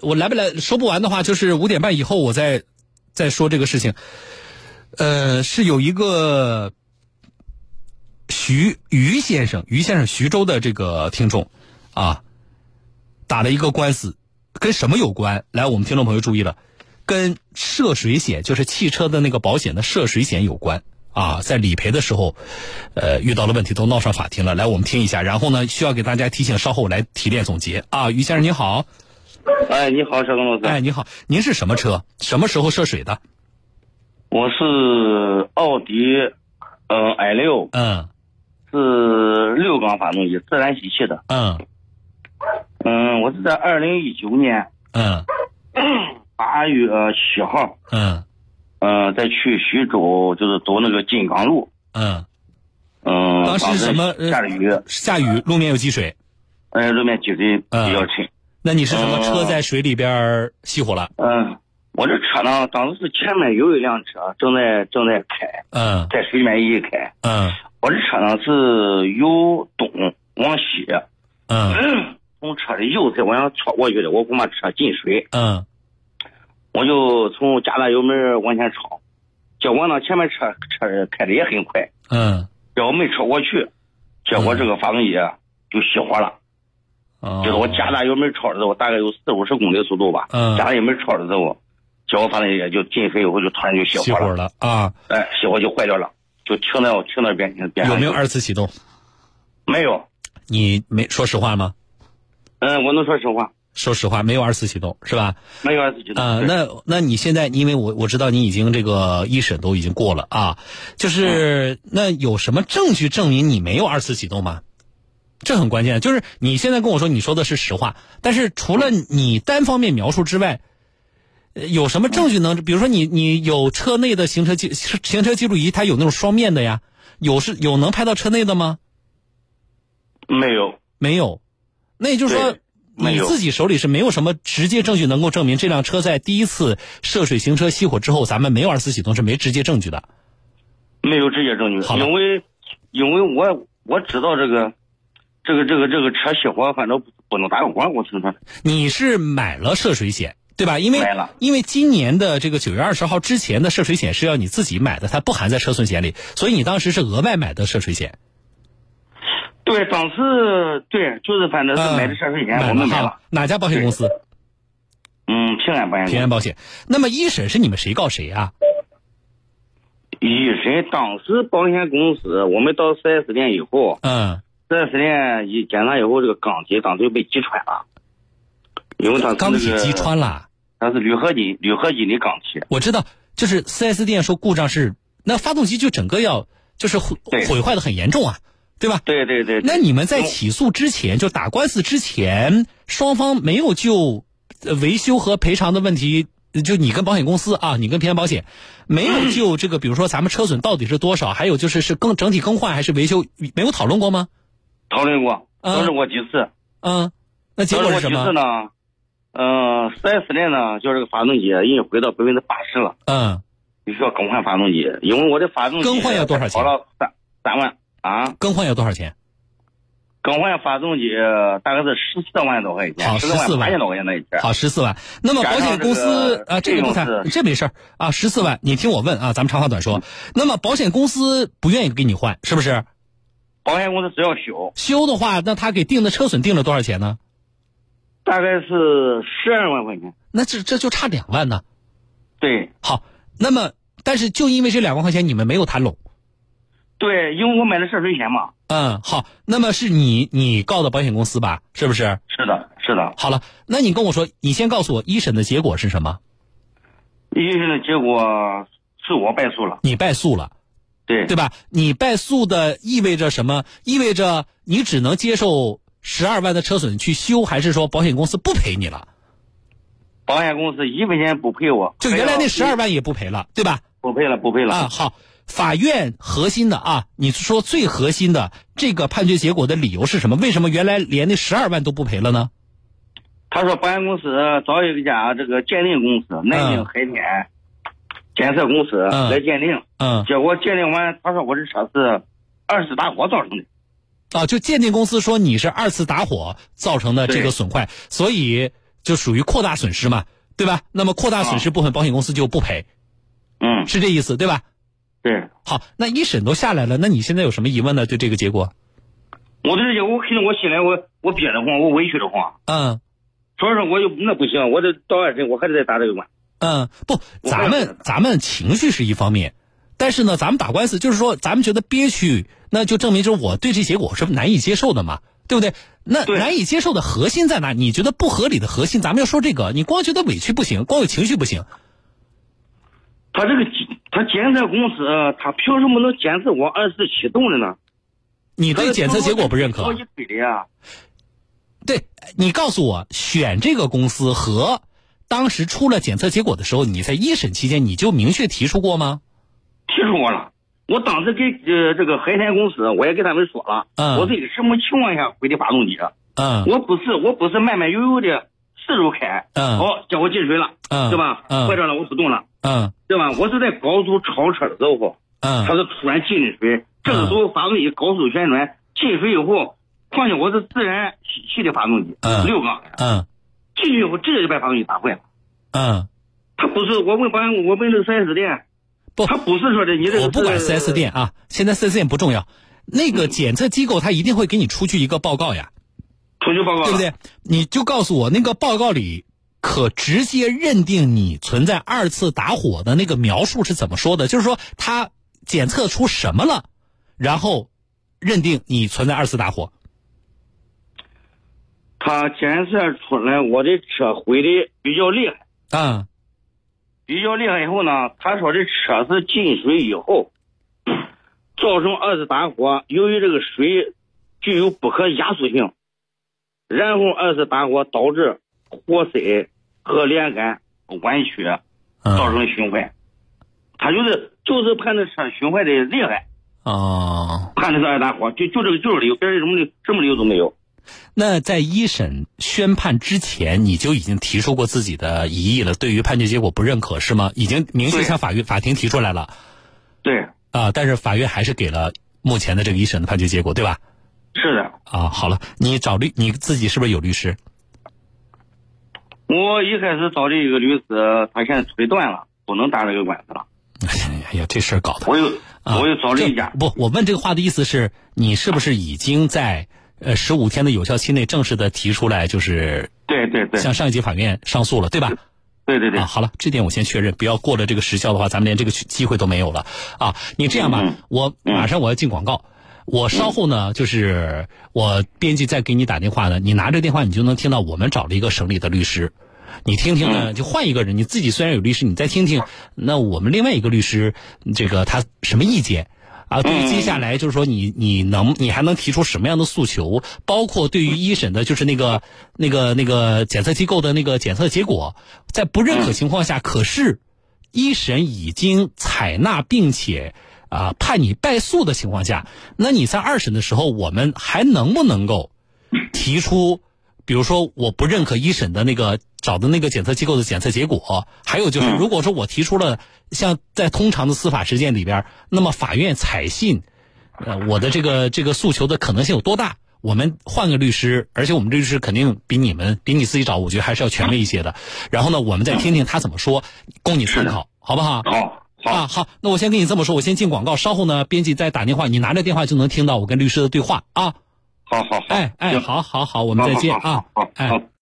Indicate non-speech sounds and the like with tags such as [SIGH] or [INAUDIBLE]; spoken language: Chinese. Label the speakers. Speaker 1: 我来不来说不完的话，就是五点半以后我再再说这个事情。呃，是有一个徐于先生，于先生，徐州的这个听众啊，打了一个官司，跟什么有关？来，我们听众朋友注意了，跟涉水险，就是汽车的那个保险的涉水险有关啊，在理赔的时候，呃，遇到了问题，都闹上法庭了。来，我们听一下，然后呢，需要给大家提醒，稍后来提炼总结啊。于先生您好，
Speaker 2: 哎，你好，小刚老师。
Speaker 1: 哎，你好，您是什么车？什么时候涉水的？
Speaker 2: 我是奥迪，嗯，i 六
Speaker 1: 嗯
Speaker 2: 是六缸发动机，自然吸气的。
Speaker 1: 嗯
Speaker 2: 嗯，我是在二零一九年
Speaker 1: 嗯
Speaker 2: 八月七号，
Speaker 1: 嗯
Speaker 2: 嗯，在去徐州，就是走那个金刚路。
Speaker 1: 嗯，
Speaker 2: 嗯，
Speaker 1: 当时什么呃
Speaker 2: 下着雨，
Speaker 1: 下雨，路面有积水，
Speaker 2: 哎，路面积水
Speaker 1: 嗯
Speaker 2: 比较深。
Speaker 1: 那你是什么
Speaker 2: 哦
Speaker 1: 车在水里边儿熄火了？
Speaker 2: 嗯，我这车呢，当时是前面有一辆车正在正在开，
Speaker 1: 嗯
Speaker 2: 在水里面一开。
Speaker 1: 嗯
Speaker 2: 我这车呢是由东往西，
Speaker 1: 嗯
Speaker 2: 从车的右侧我想超过去的，我恐怕车进水。
Speaker 1: 嗯
Speaker 2: 我就从加大油门往前闯，结果呢，前面车车开的也很快，
Speaker 1: 嗯，
Speaker 2: 结果没超过去，结果这个发动机啊就熄火了。
Speaker 1: 哦
Speaker 2: 就是我加大油门超的时候，大概有四五十公里的速度吧，
Speaker 1: 嗯
Speaker 2: 加大油门超的时候，结果发动机也就进水以后就突然就熄
Speaker 1: 熄
Speaker 2: 火
Speaker 1: 火
Speaker 2: 了，
Speaker 1: 了啊？
Speaker 2: 哎，熄火就坏掉了，就停到停到边边上
Speaker 1: 有没有
Speaker 2: 去
Speaker 1: 二次启动？
Speaker 2: 没有？
Speaker 1: 你没说实话吗？
Speaker 2: 嗯，我能说实话，
Speaker 1: 说实话，没有二次启动是吧？
Speaker 2: 没有二次启动。
Speaker 1: 啊、
Speaker 2: 对
Speaker 1: 那那你现在，因为我我知道你已经这个一审都已经过了啊，就是、那有什么证据证明你没有二次启动吗？这很关键，就是你现在跟我说你说的是实话，但是除了你单方面描述之外，呃有什么证据能？比如说你你有车内的行车记行车记录仪，它有那种双面的呀，有是有能拍到车内的吗？
Speaker 2: 没有，
Speaker 1: 没有，那也就是说
Speaker 2: 对，没
Speaker 1: 你
Speaker 2: 有
Speaker 1: 自己手里是没有什么直接证据能够证明这辆车在第一次涉水行车熄火之后，咱们没有二次启动是没直接证据的。
Speaker 2: 没有直接证据
Speaker 1: 好，了
Speaker 2: 因为因为我我知道这个这个这个这个车熄火，反正不不能打个光，我听说。
Speaker 1: 你是买了涉水险对吧？因为
Speaker 2: 买了
Speaker 1: 因为今年的这个九月二十号之前的涉水险是要你自己买的，它不含在车损险里，所以你当时是额外买的涉水险，
Speaker 2: 对，当时对，就是反正是买的涉水险，
Speaker 1: 嗯买
Speaker 2: 我们买
Speaker 1: 哈
Speaker 2: 了。
Speaker 1: 哪家保险公司？
Speaker 2: 嗯，平安保
Speaker 1: 平
Speaker 2: 险公司
Speaker 1: 安保险。那么一审是你们谁告谁啊？
Speaker 2: 一审当时保险公司，我们到 4S 店以后
Speaker 1: 嗯，
Speaker 2: ，4S 店一检查以后，这个钢体当时被击穿了，因为它
Speaker 1: 钢
Speaker 2: 是
Speaker 1: 体
Speaker 2: 那个
Speaker 1: 击，穿了。
Speaker 2: 它是铝合金铝合金的钢体，
Speaker 1: 我知道，就是 4S 店说故障是那发动机就整个要就是毁
Speaker 2: 对
Speaker 1: 毁坏的很严重啊，对吧？
Speaker 2: 对对对。对
Speaker 1: 那你们在起诉之前，就打官司之前，双方没有就呃维修和赔偿的问题，就你跟保险公司啊，你跟平安保险，没
Speaker 2: 嗯
Speaker 1: 有就这个，比如说咱们车损到底是多少，还有就是是更整体更换还是维修，没有讨论过吗？
Speaker 2: 讨论过，
Speaker 1: 嗯
Speaker 2: 讨论过几次，
Speaker 1: 嗯，那结
Speaker 2: 讨
Speaker 1: 果
Speaker 2: 论
Speaker 1: 是
Speaker 2: 过
Speaker 1: 什
Speaker 2: 几次
Speaker 1: 么？
Speaker 2: 呢？嗯，4S 店呢，就是这个发动机已经回到百分之八十了，
Speaker 1: 嗯，
Speaker 2: 必须要更换发动机，因为我的发动机
Speaker 1: 更换要多少钱
Speaker 2: 跑了三三万啊。
Speaker 1: 更换要多少钱？
Speaker 2: 更换发动机呃大概是十四万多块
Speaker 1: 好
Speaker 2: 钱，四
Speaker 1: 14万
Speaker 2: 八千多块钱那一天。
Speaker 1: 好，十四万。那么保险公司啊，
Speaker 2: 加
Speaker 1: 这
Speaker 2: 上这
Speaker 1: 个
Speaker 2: 个
Speaker 1: 不谈
Speaker 2: 费，用
Speaker 1: 这没事儿啊，十四万。你听我问啊，咱们长话短说。那么保险公司不愿意给你换，是不是？
Speaker 2: 保险公司只要修，
Speaker 1: 修的话，那他给定的车损定了多少钱呢？
Speaker 2: 大概是十二万块钱。
Speaker 1: 那这这就差两万呢。
Speaker 2: 对
Speaker 1: 好，那么但是就因为这两万块钱，你们没有谈拢。
Speaker 2: 对，因为我买的涉水险嘛。
Speaker 1: 嗯，好，那么是你你告的保险公司吧？是不是？
Speaker 2: 是的，是的。
Speaker 1: 好了，那你跟我说，你先告诉我一审的结果是什么？
Speaker 2: 一审的结果是我败诉了。
Speaker 1: 你败诉了。
Speaker 2: 对
Speaker 1: 对吧？你败诉的意味着什么？意味着你只能接受十二万的车损去修，还是说保险公司不赔你了？
Speaker 2: 保险公司一分钱不赔我，
Speaker 1: 就原来
Speaker 2: 非
Speaker 1: 那
Speaker 2: 要
Speaker 1: 十二万也不赔了，对吧？
Speaker 2: 不赔了，不赔了。
Speaker 1: 啊，好，法院核心的啊，你说最核心的这个判决结果的理由是什么？为什么原来连那十二万都不赔了呢？
Speaker 2: 他说保险公司找一家这个鉴定公司，南京海天检测公司
Speaker 1: 嗯
Speaker 2: 来鉴定，
Speaker 1: 嗯，
Speaker 2: 结果鉴定完，他说我这车是二次打火造成的。
Speaker 1: 啊，就鉴定公司说你是二次打火造成的这个
Speaker 2: 对
Speaker 1: 损坏，所以就属于扩大损失嘛，对吧？那么扩大损失部分，保险公司就不赔，
Speaker 2: 嗯，
Speaker 1: 是这意思对吧？
Speaker 2: 对，
Speaker 1: 好，那一审都下来了，那你现在有什么疑问呢？对这个结果？
Speaker 2: 我这有我肯定我心里我我憋得慌，我委屈得慌，
Speaker 1: 嗯
Speaker 2: 所以说我就那不行，我得到二审，我还得再打这个官。
Speaker 1: 嗯，不，
Speaker 2: 我
Speaker 1: 咱
Speaker 2: 没有
Speaker 1: 们咱们情绪是一方面，但是呢，咱们打官司就是说，咱们觉得憋屈，那就证明就是我对这结果是难以接受的嘛，对不对？那
Speaker 2: 对
Speaker 1: 难以接受的核心在哪？你觉得不合理的核心，咱们要说这个，你光觉得委屈不行，光有情绪不行。
Speaker 2: 他这个检他检测公司，他凭什么能检测我二次启动的呢？
Speaker 1: 你对检测结果不认
Speaker 2: 我
Speaker 1: 可，
Speaker 2: 一推的呀，
Speaker 1: 对你告诉我，选这个公司和当时出了检测结果的时候，你在一审期间你就明确提出过吗？
Speaker 2: 提出我了。我当时给呃这个海天公司，我也给他们说了，
Speaker 1: 嗯
Speaker 2: 我是以什么情况下回的发动机的？
Speaker 1: 嗯
Speaker 2: 我不是我不是慢慢悠悠的四处开，
Speaker 1: 嗯
Speaker 2: 哦，叫我进水了，
Speaker 1: 嗯
Speaker 2: 对吧？
Speaker 1: 嗯
Speaker 2: 坏掉了，我不动了，
Speaker 1: 嗯
Speaker 2: 对吧？我是在高速超车的时候，他
Speaker 1: 嗯
Speaker 2: 是突然进的水，这个时候发动机高速旋转，进水以后，况且我是自然吸气的发动机，
Speaker 1: 嗯
Speaker 2: 六缸的，
Speaker 1: 嗯
Speaker 2: 进去以后直接就把发动机打坏了。
Speaker 1: 嗯，
Speaker 2: 他不是我问保安，我问这个 4S 店，
Speaker 1: 不
Speaker 2: 他不是说的你这个
Speaker 1: 我不管
Speaker 2: 是
Speaker 1: 4S 店啊，现在 4S 店不重要，那个检测机构他一定会给你出具一个报告呀，
Speaker 2: 出去报告，
Speaker 1: 对不？对？你就告诉我那个报告里。可直接认定你存在二次打火的那个描述是怎么说的？就是说他检测出什么了，然后认定你存在二次打火。
Speaker 2: 他检测出来我的车毁的比较厉害，
Speaker 1: 啊
Speaker 2: 比较厉害以后呢，他说这车是进水以后造成二次打火，由于这个水具有不可压缩性，然后二次打火导致活塞和连杆弯曲，造
Speaker 1: 嗯
Speaker 2: 成损坏。他就是就是判这车损坏的厉害。
Speaker 1: 哦，
Speaker 2: 判的是二大火，就就这个就是理由，别人什么理什么理由都没有。
Speaker 1: 那在一审宣判之前，你就已经提出过自己的疑义了，对于判决结果不认可是吗？已经明确
Speaker 2: 对
Speaker 1: 向法院法庭提出来了
Speaker 2: 对，
Speaker 1: 啊、但是法院还是给了目前的这个一审的判决结果，对吧？
Speaker 2: 是的，
Speaker 1: 啊，好了，你找律你自己是不是有律师？ [LAUGHS]
Speaker 2: 我一开始找这个律师，他现在腿断了，不能打这个官司了。
Speaker 1: 哎呀，这事儿搞的，
Speaker 2: 我又、
Speaker 1: 啊、
Speaker 2: 我又找了一家
Speaker 1: 这，不，我问这个话的意思是你是不是已经在呃十五天的有效期内正式的提出来，就是
Speaker 2: 对对对，
Speaker 1: 向上一级法院上诉了，对吧？
Speaker 2: 对对对
Speaker 1: 啊，，好了，这点我先确认，不要过了这个时效的话，咱们连这个机会都没有了啊！你这样吧，
Speaker 2: 嗯
Speaker 1: 我马上我要进广告，我稍后呢，就是我编辑再给你打电话呢，你拿着电话你就能听到我们找了一个省里的律师。你听听呢，就换一个人。你自己虽然有律师，你再听听，那我们另外一个律师，这个他什么意见啊？对于接下来就是说你你能你还能提出什么样的诉求？包括对于一审的，就是那个那个那个检测机构的那个检测结果，在不认可情况下，可是一审已经采纳并且。啊，判你败诉的情况下，那你在二审的时候，我们还能不能够提出，比如说我不认可一审的那个找的那个检测机构的检测结果，还有就是，
Speaker 2: 嗯
Speaker 1: 如果说我提出了像在通常的司法实践里边，那么法院采信，呃，我的这个这个诉求的可能性有多大？我们换个律师，而且我们这律师肯定比你们比你自己找，我觉得还是要权威一些的。然后呢，我们再听听他怎么说，供你参考，好不好？
Speaker 2: 好，好，
Speaker 1: 啊，好，那我先跟你这么说，我先进广告，稍后呢，编辑再打电话，你拿着电话就能听到我跟律师的对话啊。
Speaker 2: 好好好，
Speaker 1: 哎哎，
Speaker 2: 行
Speaker 1: 好好好，我们再见啊
Speaker 2: 好好，好
Speaker 1: 哎
Speaker 2: 好。